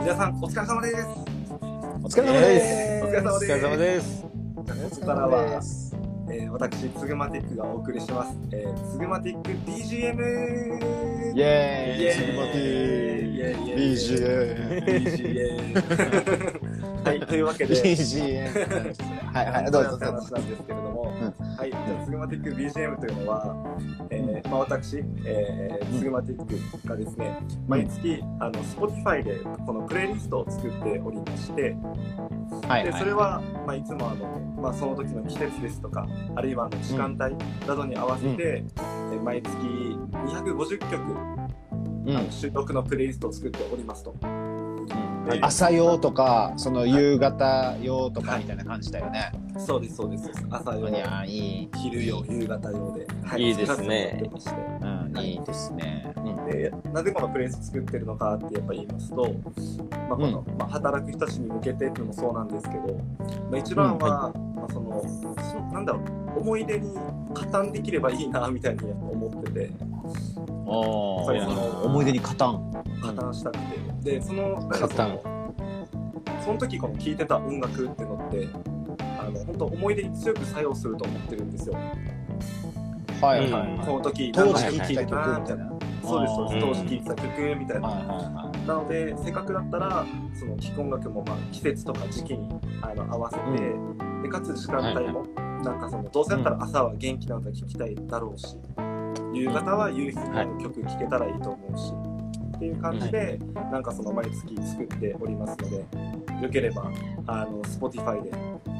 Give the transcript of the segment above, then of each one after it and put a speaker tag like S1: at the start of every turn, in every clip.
S1: 皆さんお疲れ様です。
S2: お疲れ様です。
S1: お
S3: お
S1: 疲れ様です。
S3: 疲れ様です。
S1: じゃあこ
S2: お
S1: こ
S2: 疲れ様です
S1: からは、えー、私つぐまティックがお送りします。えー、つぐまティック BGM。
S3: イエーイ
S1: イエーイ
S3: シグマティ
S1: イエーイイエーイ
S3: BGM。
S1: BGM。はいというわけで。
S3: BGM。はいはい、どうぞ
S1: って
S3: どう
S1: 話
S3: ぞ。
S1: なんですけれども、
S3: うん
S1: はい、じゃあ、スグマティック BGM というのは、えーまあ、私、えー、スグマティックがですね、毎月、あの Spotify でこのプレイリストを作っておりまして、
S3: はい
S1: で
S3: はい。
S1: それは、まあ、いつもあの、まあ、その時の季節ですとか、あるいはあの時間帯などに合わせて、
S3: うん
S1: えー毎月250曲、
S3: うん
S1: 収録のプレイリストを作っておりますと。
S3: うん朝用とか、その夕方用とかみたいな感じだよね。
S1: そうです、そうです。朝用
S3: いやー、いい。
S1: 昼用、夕方用で。はい
S4: いですね
S1: 作らせてもらってまして
S3: うん、いいですね。うん
S1: でなぜこのプレイス作ってるのかってやっぱ言いますと、まあこのまあ、働く人たちに向けてっていうのもそうなんですけど、まあ、一番は、まあ、そのそなんだろう思い出に加担できればいいなみたいにやっぱ思ってて
S3: お
S1: そうそう
S3: ー、思い出に勝たん。
S1: 加担したくて、でそのなんかその
S3: 加担
S1: その時この聴いてた音楽ってのってあの本当思い出に強く作用すると思ってるんですよ。
S3: はいはいはい。
S1: この時
S3: 当時
S1: なん
S3: 聴
S1: か
S3: いてた曲みたいな。
S1: そうですそうです
S4: うん
S1: 当時聴いてた曲みたいな。
S3: はいは
S1: なのでせっかくだったらその聴く音楽もまあ季節とか時期にあの合わせて、でかつ時間帯も、なんかそのどうせだったら朝は元気な歌聴きたいだろうし、夕方は夕日の曲聴けたらいいと思うし、っていう感じで、なんかその毎月作っておりますのでよければあの Spotify で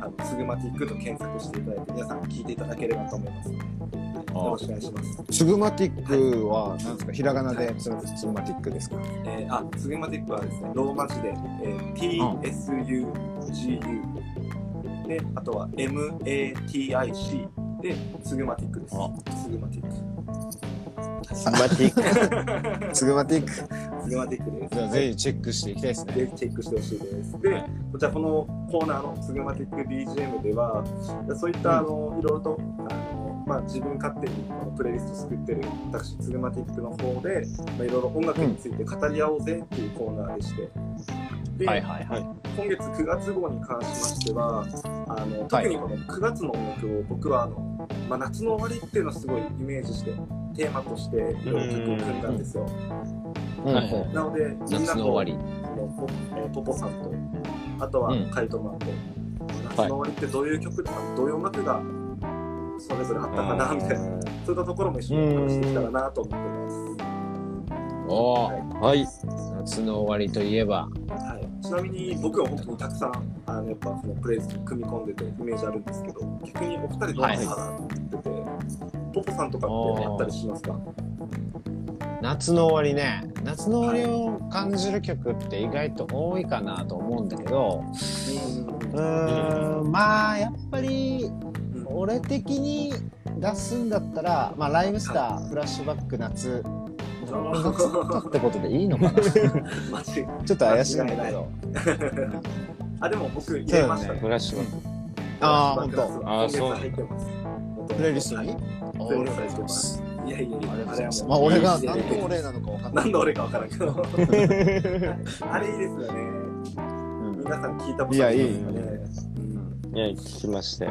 S1: あの「つぐまティック」と検索していただいて皆さん聴いていただければと思いますのでよろしくお願いします。
S2: つぐまティックは、なんですか、ひらがなでつつぐまティックですか。
S1: えー、あ、ツグマティックはですね、ローマ字で、えー、
S3: うん
S1: TSUGU で、あとは MATIC で、ツグマティックです
S3: あ。
S1: ツグマティック。
S4: スマティッ ク。
S2: つぐまティック。
S1: ツグマティックです。
S3: じゃあ、ぜひチェックしていきたいですね。
S1: ぜひチェックしてほしいです。で、
S3: はい
S1: じゃあこのコーナーのツグマティック BGM では、そういったあの、いろいろとあの、まあ、自分勝手にあのプレイリスト作ってる私、ツグマティックの方で、まあ、いろいろ音楽について語り合おうぜっていうコーナーでして、で、
S3: はいはいはい。
S1: 今月9月号に関しましてはあの
S3: はい
S1: 特にこの9月の音楽を僕はあの、まあ、夏の終わりっていうのをすごいイメージしてテーマとしていろいろ曲を組んだんですよ
S2: うん
S3: はいはい
S1: なのでみんな
S4: 夏の
S1: と
S4: 終わ
S1: そのポ,、えーポポさんとあと
S3: う
S1: は
S3: ん
S1: カイトマンと、夏の終わりってどういう曲とか、どういう音楽がそれぞれあったかなみたいなそういったところも一緒に話してきたらなと思ってます
S3: おー
S4: り。はい。
S3: 夏の終わりといえば。
S1: はい、ちなみに僕は本当にたくさんあのやっぱこのプレイス組み込んでてイメージあるんですけど逆にお二人どうなのかなと思ってて、ポポさんとかってやったりしますか
S3: 夏の終わりね夏の終わりを感じる曲って意外と多いかなと思うんだけどうーんまあやっぱり
S1: うん
S3: 俺的に出すんだったら、まあ、ライムスターフラッシュバック夏 夏だったってことでいいのかなちょ
S1: マジ
S3: っと怪 しいんだけど
S1: あでも僕入れましたね
S4: フラッシュバッ
S3: ああ
S1: 本
S3: 本
S1: 当
S3: 当
S4: あ
S1: 今
S4: ー
S1: 月
S4: そう
S1: 入ってます
S3: プレイリストに
S1: はい
S3: あ
S1: プレイリストに入ってますいやいやいや
S3: ありが
S1: あ
S3: とうご
S1: れ
S3: ざい
S1: は
S3: ます
S1: もう
S3: まあ俺が
S1: いいです
S3: 何
S1: ね
S3: のお礼なのか分かんない
S1: 何の俺かわからんけどあれいいですよね
S3: うん
S1: 皆さん聞いたことありますよね
S3: いやいい
S1: うん
S4: ク。いや、聞きましたよ。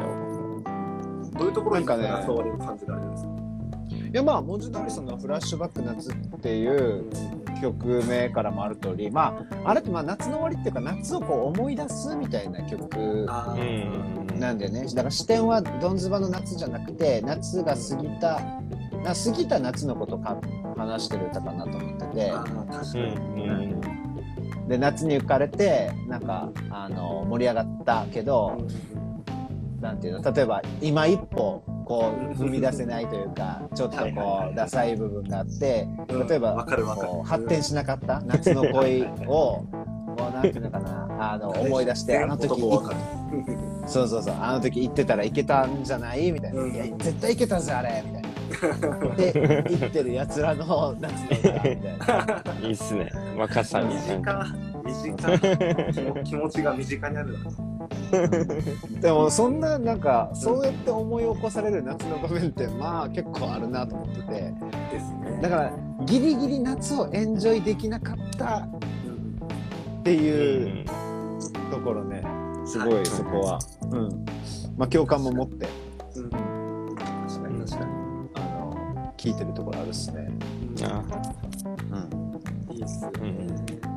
S1: どういうところに
S3: なんかね
S1: 夏の終わりを感じられるんですか
S3: いやまあ文字通りそのフラッシュバック夏っていう曲名からもある通りまああれってまあ夏の終わりっていうか夏をこう思い出すみたいな曲
S1: あ
S4: う
S1: ー
S4: ん。
S3: なんだよねだから視点はどんずばの夏じゃなくて夏が過ぎたな過ぎた夏のことか話してる歌かなと思ってて
S1: あー確か
S4: う
S1: に、
S4: ん。
S3: で夏に浮かれてなんかあの盛り上がったけどなんていうの例えば今一歩こう踏み出せないというかちょっと
S1: はいはい
S3: こ
S1: はいう
S3: ダサい部分があって例え
S1: うんわ
S3: ば
S1: かるわかる
S3: こう発展しなかった夏の恋をこうなんていうのかなあの思い出してあの時
S1: 男わかる
S3: そうそうそうあの時行ってたら行けたんじゃないみたいな、
S1: うん
S3: いや絶対行けたぜ あれみたいなで行ってるやつらの夏の歌みたいな
S4: いいっすね。若さに。うん
S1: 短身近気気持ちが身近にあるな
S3: でもそんななんかそうやって思い起こされる夏の場面ってまあ結構あるなと思ってて
S1: ですね
S3: だからギリギリ夏をエンジョイできなかった
S1: うん
S3: っていううんところねすごいそこは、うんまあ、共感も持って
S1: うん、確かに確か
S3: あの聞いてるところあるっすね。
S1: に、
S4: あ
S3: うん
S1: うん、いいっすよ
S4: う
S1: ね、
S4: ん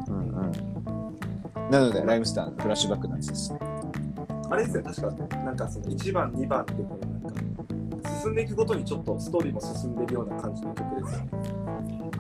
S3: うんうんなので、ライムスターのフラッシュバックなんです。
S1: あれですよ確かなんかその1番2番ってこうなんか進んでいくごとにちょっとストーリーも進んでるような感じの曲ですよね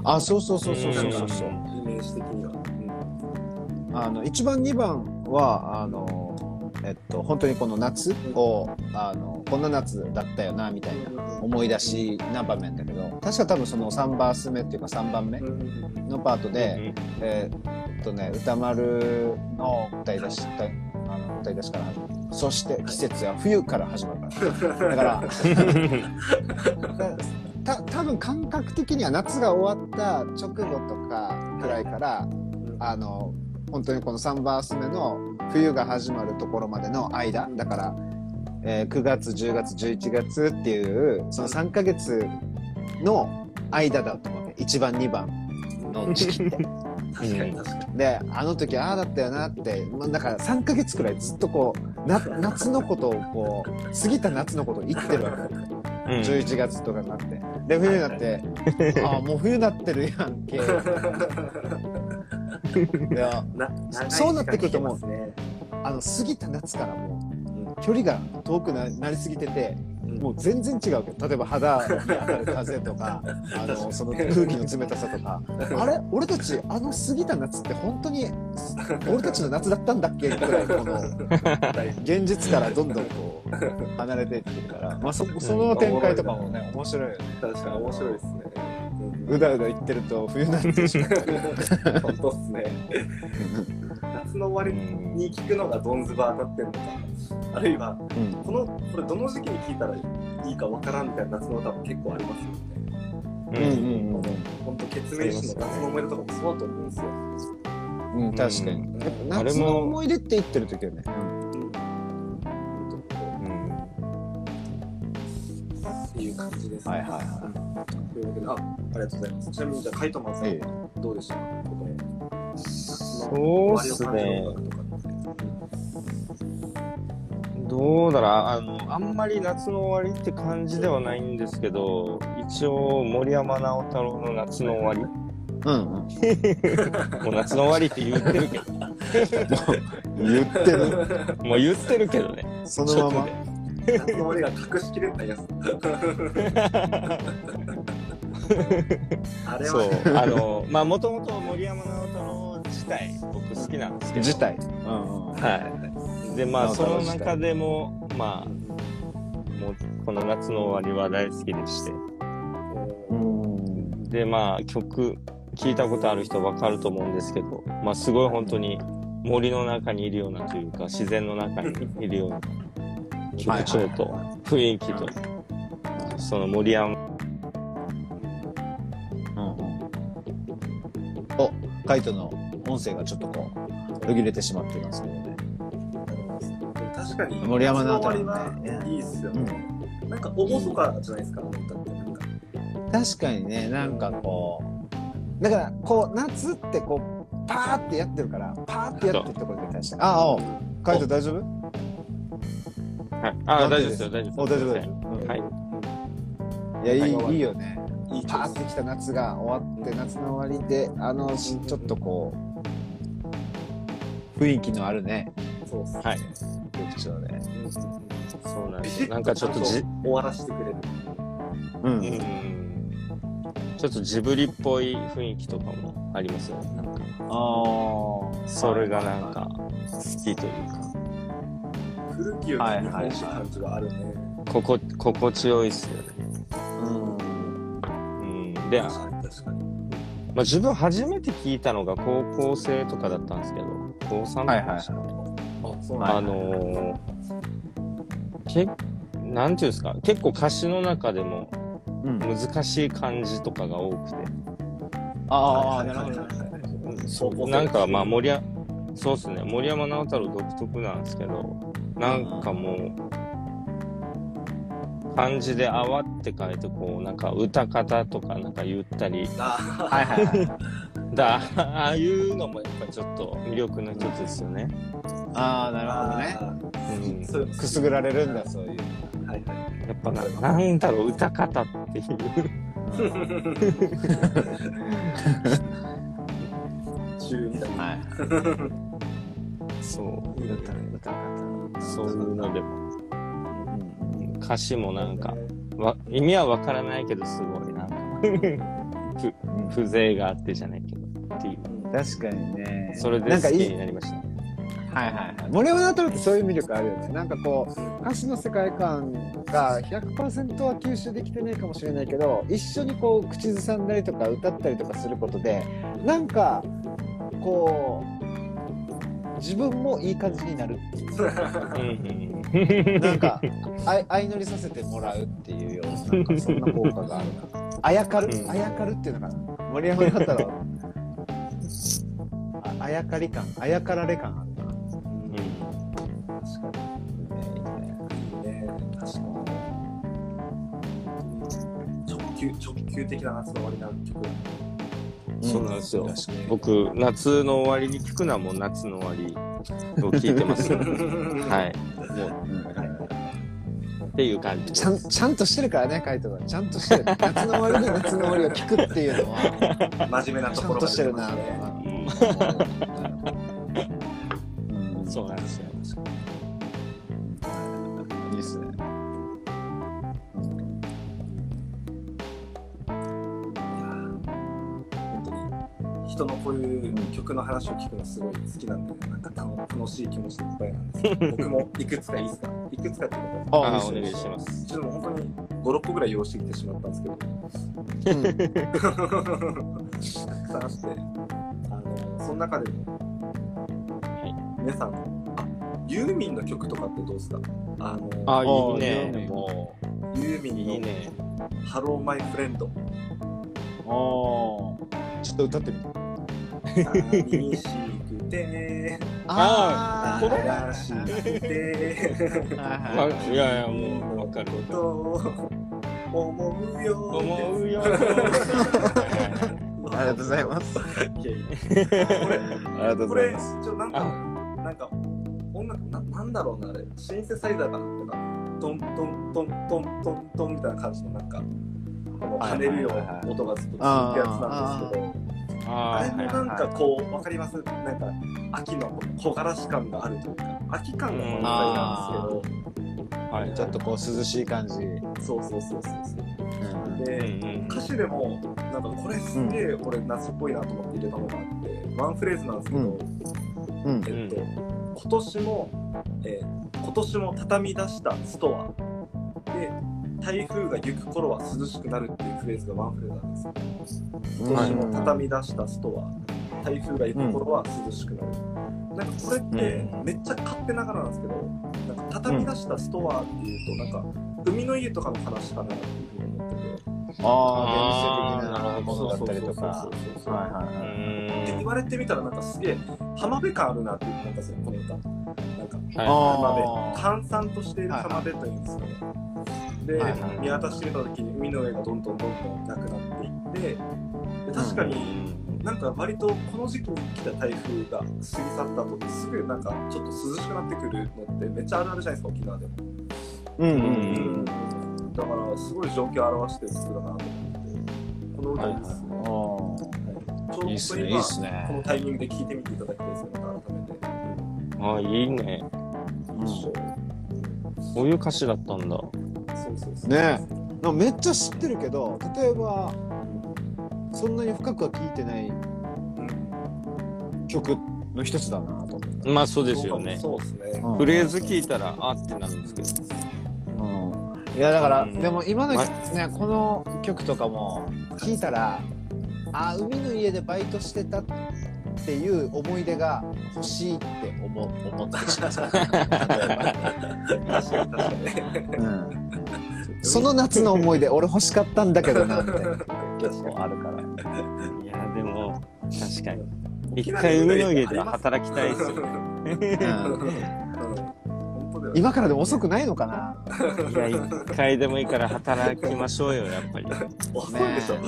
S3: あ、そうそうそうそうそうそうそう。
S1: イメージ的には、うん
S3: あの一番二番はあのえっと本当にこの夏をあのこんな夏だったよなみたいな思い出しな場面だけど、確か多分その三バース目っていうか三番目
S1: うん
S3: のパートで、えーっとね歌丸の歌い出したあの歌い出しから始まる。そして季節は冬から始まるから。だから。 た多分感覚的には夏が終わった直後とかくらいからあの本当にこの3バース目の冬が始まるところまでの間だから、えー9月10月11月っていうその3ヶ月の間だと思って1番2番の時期って。
S1: 確かに確かに、
S3: であの時ああだったよなって、まあ、だから3ヶ月くらいずっとこうな夏のことをこう過ぎた夏のことを言ってるわけ。
S4: うん
S3: 11月とかになってで冬になって「ああもう冬なってるやんけ」いや
S1: な長い
S3: そうなってくると思う
S1: 時間聞けますね
S3: あの過ぎた夏からもう距離が遠くななりすぎてて
S1: うん
S3: もう全然違うけど例えば肌に当たる風とかあのその空気の冷たさとかあれ俺たちあの過ぎた夏って本当に俺たちの夏だったんだっけくらいこの現実からどんどんこう離れていってるから、 まあ、そその展開とかもね面白いよね。
S1: 確かに面白いですね。
S3: うだうだ言ってると冬になってしまう。
S1: うん、本当っすね。夏の終わりに聞くのがドンズバー当たってるのか、あるいは
S3: うん
S1: このこれどの時期に聞いたらいいかわからんみたいな夏の歌も結構ありますよね。
S4: う
S3: うん
S4: ん
S3: うん
S1: 本当結明詞の夏の思い出とかもそうだと思うんですよ。
S3: うん、うん、確かに。
S1: うん
S4: あれ
S3: 夏の
S4: も
S3: 思い出って言ってる時よね。
S1: 本当こうっていう感じですね。
S3: はいはいは
S1: というわけで、あ、ありがとうございます。ちなみにじゃあカイトマンさん、
S3: え
S1: どうでしたか？この夏の
S4: そうっ
S1: 終
S4: す
S1: わり
S4: ね
S1: を。感じる音楽とかって。
S4: どうだろうあのあんまり夏の終わりって感じではないんですけど一応森山直太朗の夏の終わ
S3: うんうん。
S4: りもう夏の終わりって言ってるけど
S3: 言って る。
S4: もう言ってるけどね
S3: そ
S4: ち
S3: の
S4: ょっ
S3: ま
S4: と
S3: ま。
S1: 夏の終わりが隠しきれないやつ。あ
S4: で
S1: れは
S4: そう
S1: ね、
S4: あのまあもともと森山直太朗自体僕好きなんですけど
S3: 自体。うんうん。
S4: はいでまあ
S3: 直
S4: そ
S3: 太朗
S4: の
S3: 自体
S4: 中でもまあもうこの夏の終わりは大好きでして
S3: うん。
S4: でまあ曲聞いたことある人わかると思うんですけど、まあ、すごい本当に森の中にいるようなというか自然の中にいるような曲調と雰囲気とその森山
S3: お、カイトの音声がちょっとこう、途切れてしまっていますけどね。
S1: 確かに
S3: 森山直太
S1: 夏
S3: 朗
S1: の終わりはいいっすよね。なんか厳かじゃないですか、あの歌ってなんか。
S3: 確かにね、なんかこう、だから、こう、夏ってこう、パーってやってるから、パーってやってるところに対して、ああ、おカイト大丈夫
S4: はいあ
S3: なんで
S4: 大丈夫ですよ大丈
S3: お、
S4: 夫
S3: 大
S4: です
S3: 丈夫
S4: は
S3: 大
S4: い
S3: 丈夫。うん
S4: はい
S3: いや、い
S1: はい
S3: い、いいよね。
S1: いい
S3: パーってきた夏が終わって夏の終わりであのしちょっとこう雰囲気のあるね
S1: そうっすね。
S4: はい
S3: 曲調で、
S4: そうなんで
S1: ビ
S4: す
S1: シ
S4: よ
S1: ッ
S4: なんかちょっとじ
S1: ちゃん終わらせてくれる。
S3: う、
S4: うんんちょっとジブリっぽい雰囲気とかもありますよねなんか
S3: ああ
S4: それがなんか好きというか
S1: 古き良き日本酒感じがあるね。
S4: ここ心地よいっすよね
S3: うん
S4: うんで
S1: 確かに確かに。
S4: まあ、自分初めて聞いたのが高校生とかだったんですけど高3
S3: はいはいはい
S4: とかで
S1: あ、そう
S4: あ
S1: なんだ。
S4: のー、けなんていうんですか結構歌詞の中でも
S3: うん
S4: 難しい漢字とかが多くて、
S3: ああ
S1: はい
S3: なるほど
S1: はいはいはい
S4: そ
S1: 高校
S4: う
S1: 生
S4: なんかまあ森やそうっすね森山直太朗独特なんですけどなんかもう漢字で「あわ」って書いてこうなんか歌方とかなんか言ったり
S1: あ
S3: はいはいはい
S4: だ ああいうのもやっぱりちょっと魅力の一つですよね。
S3: ああ、なるほどね。
S1: あ
S4: うん
S1: ー、そういうの
S3: くすぐられるんだ、そういう。
S1: はいは
S4: やっぱななんだろう歌方っていう
S1: い。中二だ。
S3: はい。
S4: そ
S1: いい歌ね、歌
S4: うそういうのでも歌詞もなんかわ意味はわからないけどすごいなんか ふ風情があってじゃないけどっていう
S3: 確かにね。
S4: それで
S3: なん
S4: 好
S3: か
S4: き
S3: いい
S4: に。なりました。
S3: はいはいはい。森山直太朗ってそういう魅力あるよね。なんかこう、歌詞の世界観が100%は吸収できてないかもしれないけど、一緒にこう、口ずさんだりとか歌ったりとかすることで、なんか、こう、自分もいい感じになる。
S4: うんうん
S3: なんか、あい 相乗りさせてもらうっていうような、なんかそんな効果があるな。あやかる、
S4: うん
S3: あやかるっていうのかな。森山直太朗。ああやかり感、あやかられ感あるな。
S4: うん
S1: 確かにね。確かに。直球、直球的な夏の終わりなんて曲。
S4: そうなんですよ。
S1: 確かに
S4: 僕夏の終わりに聞くのはもう夏の終わりを聞いてます、はいもうっていう感じ
S3: ちゃんちゃんとしてるからね、カイトが。ちゃんとしてる。夏の終わりで夏の終わりを聞くっていうのは、
S1: 真面目なと
S3: ちゃ
S1: ころ
S3: んとしてるな。
S4: うんそうなんですよ
S3: いいっすね。
S1: 本当に人のこういう曲の話を聞くのすごい好きなんで、なんか楽楽しい気持ちでいっぱいなんですけど、僕もいくつかいいですかいくつかってこと
S4: あ
S3: あ
S4: あお
S3: いい
S4: 願い
S3: っす
S4: します
S1: ちょっともう本当に5、6個ぐらい用意してきてしまったんですけど、
S3: うん
S1: たくさんあって、あのその中でも、皆さん、あユーミンの曲とかってどうですかあの
S4: あいい
S3: いい
S4: ね
S3: ね
S4: も
S1: ユーミ
S4: ういい
S1: ンの
S4: ね
S1: 「ハローマイフレンド
S3: おーちょっと歌ってみて。」
S1: 寂しくて
S4: あ
S3: ー
S1: 悲しくて
S4: わ
S3: はい
S4: やいやもうわ かる
S1: と思うよ
S4: 思 うよ
S3: いありがとうございます。
S1: いやいや
S3: ありがとう
S1: こ
S3: ござい
S1: れ
S3: ます。
S1: ちょなんかなんか音楽ななんだろうなあれシンセサイザーかななんかトントントントントントンみたいな感じのなんかこの跳ねるよ
S3: はいはいは
S1: う
S3: い
S1: な音がずっと続くやつなんですけどあ
S4: あ
S1: れ
S4: ー
S1: も
S4: はい
S1: なんかこうわかりますなんか秋の木枯らし感があるというか秋感が満載なんです
S4: はい
S3: ちょっとこう涼しい感じ。
S1: けどそうそうそうそうそう
S3: うん
S4: うん
S1: で
S4: うん
S1: 歌詞でもなんかこれすげえ俺夏っぽいなと思って入れたのがあってワンフレーズなんですけど、
S3: うんうん
S1: えっと、今年も、えー今年も畳み出したストアで台風が行く頃は涼しくなるっていうフレーズがワンフレーズなんですよ今年も畳み出したストア台風が行く頃は涼しくなる、なんかこれってめっちゃ勝手ながらなんですけどなんか畳み出したストアっていうとなんか海の家とかの話かなっていうふうに思ってて
S3: ああ、現実的
S4: あ
S3: な
S4: ー
S3: ものだったりとか。
S1: そうそうそうそう
S3: はいは
S4: う
S3: いはい。
S1: って言
S4: ん
S1: われてみたらなんかすげえ浜辺感あるなってなんかそのこの歌なんか
S4: はい
S1: 浜
S3: あ
S1: 辺
S3: あ、
S1: 閑散としている浜辺というんですかね、で、
S4: はいはい
S1: 見渡してみた時に海の上がどんどんどんどんなくなっていってで確か
S4: う
S1: に
S4: ん
S1: なんか割とこの時期に来た台風が過ぎ去った後ですぐなんかちょっと涼しくなってくるのってめっちゃあるあるじゃないですか沖縄でも、
S3: うんうん
S4: う
S1: だからすごい状況を表してる曲だなと思ってこの歌いいですね、ちょう
S3: うん。ああ、
S1: ど
S3: いいっすね、いいっす
S1: この
S3: ね。
S1: タイミングで聴いてみていただきたいですねまた改めて
S4: あいいね
S1: いいっしょ、
S4: こういう歌詞だったんだ
S1: そうそうそう
S3: ねなんかめっちゃ知ってるけど、例えば、そんなに深くは聴いてない
S1: うん
S3: 曲の一つだなと思って。
S4: まあそうですよね
S1: そうですね
S3: うん
S4: フレーズ聞いたらあってなるんですけど
S3: うんいやだから、
S4: うん
S3: でも今のねこの曲とかも聴いたらあ海の家でバイトしてたっていう思い出が欲しいって思う思ってしま
S1: 確かに確かに
S3: う、その夏の思い出俺欲しかったんだけどなみたいな結構あるから
S4: いやでも確かに 一回海の家で働きたいですよね
S1: うん本当では
S3: 今からでも遅くないのかない
S4: や、一回でもいいから働きましょうよ、やっぱり。
S1: 遅いでしょ、
S3: ね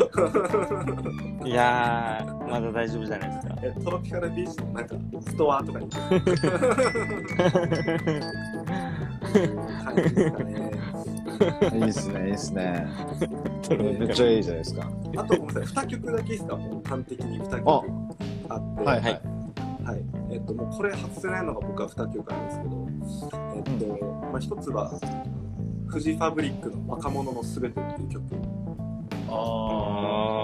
S4: いやー、まだ大丈夫じゃないですか。
S1: えトロピカルビーチのなんかストアとかに行く感じですかね
S2: いいですね、いいですね。めっちゃいいじゃないですか。
S1: あとごめんなさい2曲だけいいですかもう端的に2曲あっ
S2: は
S1: て
S2: い
S4: は
S2: はいい。
S1: はいえっと、もうこれ外せないのが僕は2曲あるんですけど、えっとまあ、1つはフジファブリックの「若者のすべて」っていう曲
S4: あ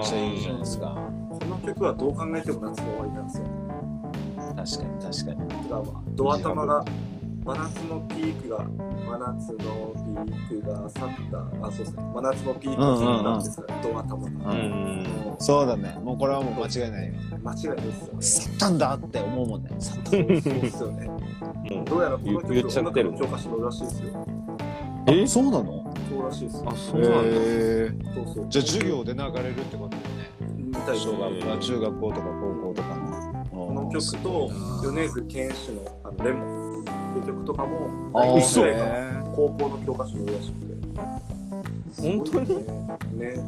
S2: め
S4: ー
S2: っちゃいいじゃないですか。
S1: この曲はどう考えても夏の終わりなんですよ
S2: 確かに確かに。
S1: てかまあドア玉が真夏のピークが真夏のピークが去ったあそうですね真夏のピークが去ったんですから、ドア玉が、
S4: う
S2: うん
S4: ん。
S1: も
S2: そうだね。もうこれはもう間違いないよ。
S1: う間違いないですよ
S2: 去
S1: ね
S2: ったんだって思うもんね。去った
S1: そうですよね。
S4: も
S1: どうやらこの曲
S4: 言っちゃってる
S1: 音楽の教科書のらしいですよ。
S4: え
S2: そうなの
S1: そうらしいですよ。
S4: あ、そうなんだ。
S2: へー
S1: そうそう。
S2: じゃあ授業で流れるってことだよね。
S1: みたいです
S2: 小
S1: ね。
S2: 学校、中学校とか高校とか
S1: こ
S2: の。
S1: の曲と米津玄師のあのレモンっていう曲とかも
S2: あー
S1: 大学時代から
S2: ね
S1: 高校の教科書のらしくて。
S4: 本当に
S1: ね。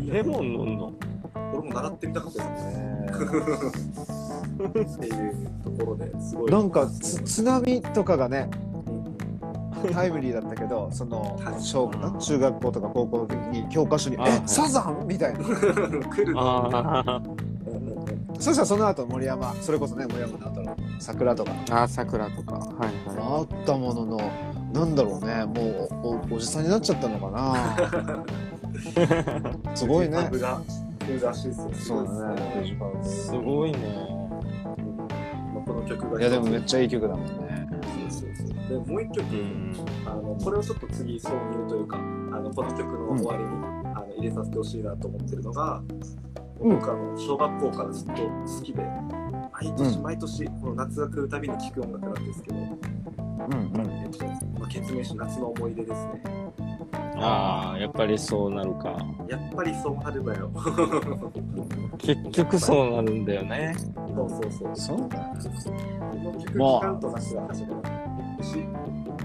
S4: レモン飲んの
S1: 俺も習ってみたかったですね。っていうところですごい。
S3: なんかつ津波とかがね
S1: うん
S3: タイムリーだったけどその
S1: はい
S3: 小ん中学校とか高校の時に教科書に「
S4: あは
S3: え
S4: い
S3: サザン?」みたいな
S1: 来るの。
S4: ああ。
S3: そしたらその後森山それこそね森山なんだろう桜とか
S4: ああ、桜とか。はいは
S3: あったもののなんだろうねもうおおおじさんになっちゃったのか なすごいね
S1: ブが来るらしいですよ。
S3: そうだね
S1: すごいですね
S4: い。すごいね。
S1: まあこの曲が一つ。
S2: いやでもめっちゃいい曲だもんね。
S1: そうそうそうでもう一曲
S4: うん。
S1: あのこれをちょっと次挿入というかあのこの曲の終わりに、あの入れさせてほしいなと思ってるのが、
S3: うん
S1: 僕あの小学校からずっと好きで毎年毎年この夏が来るたびに聴く音楽なんですけど、
S2: うんうん。
S1: えっとまあ、結名詞夏の思い出ですね
S4: ああ、やっぱりそうなるか。
S1: やっぱりそうなるだよそう
S4: 結局そうなるんだよね。
S1: そうそう
S2: そうだよ。
S1: この曲期間と夏が始まるし
S4: う
S1: こ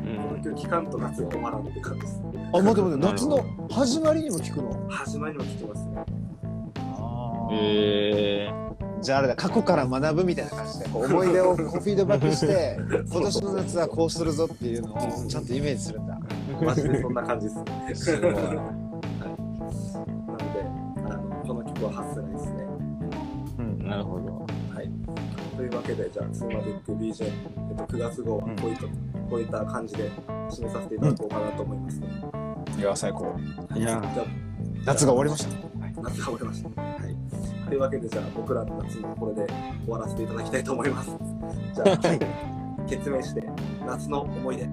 S1: の
S4: ん。
S1: 曲期間と夏が終わらんって感じです
S3: あ待って待って夏の始まりにも聞くの
S1: 始まりにも聴きますね
S4: ええ
S3: じゃああれだ過去から学ぶみたいな感じでこう思い出をこうフィードバックして 今年の夏はこうするぞっていうのをちゃんとイメージするんだ
S1: マジ でそんな感じですね
S2: すごい。
S1: なのであのこの曲は外せないですね
S4: ー。なるほど。
S1: はい。というわけで、じゃあ、ツーマティック BJ、えっと、9月号はこういった、こういった感じで締めさせていただこうかなと思いますね。
S2: いや、最高。
S4: いやー
S1: じゃあ、
S3: 夏が終わりました
S1: 夏が終わりました。はい。というわけで、じゃあ、僕らの夏もこれで終わらせていただきたいと思います。 じゃあ、結明して、夏の思い出。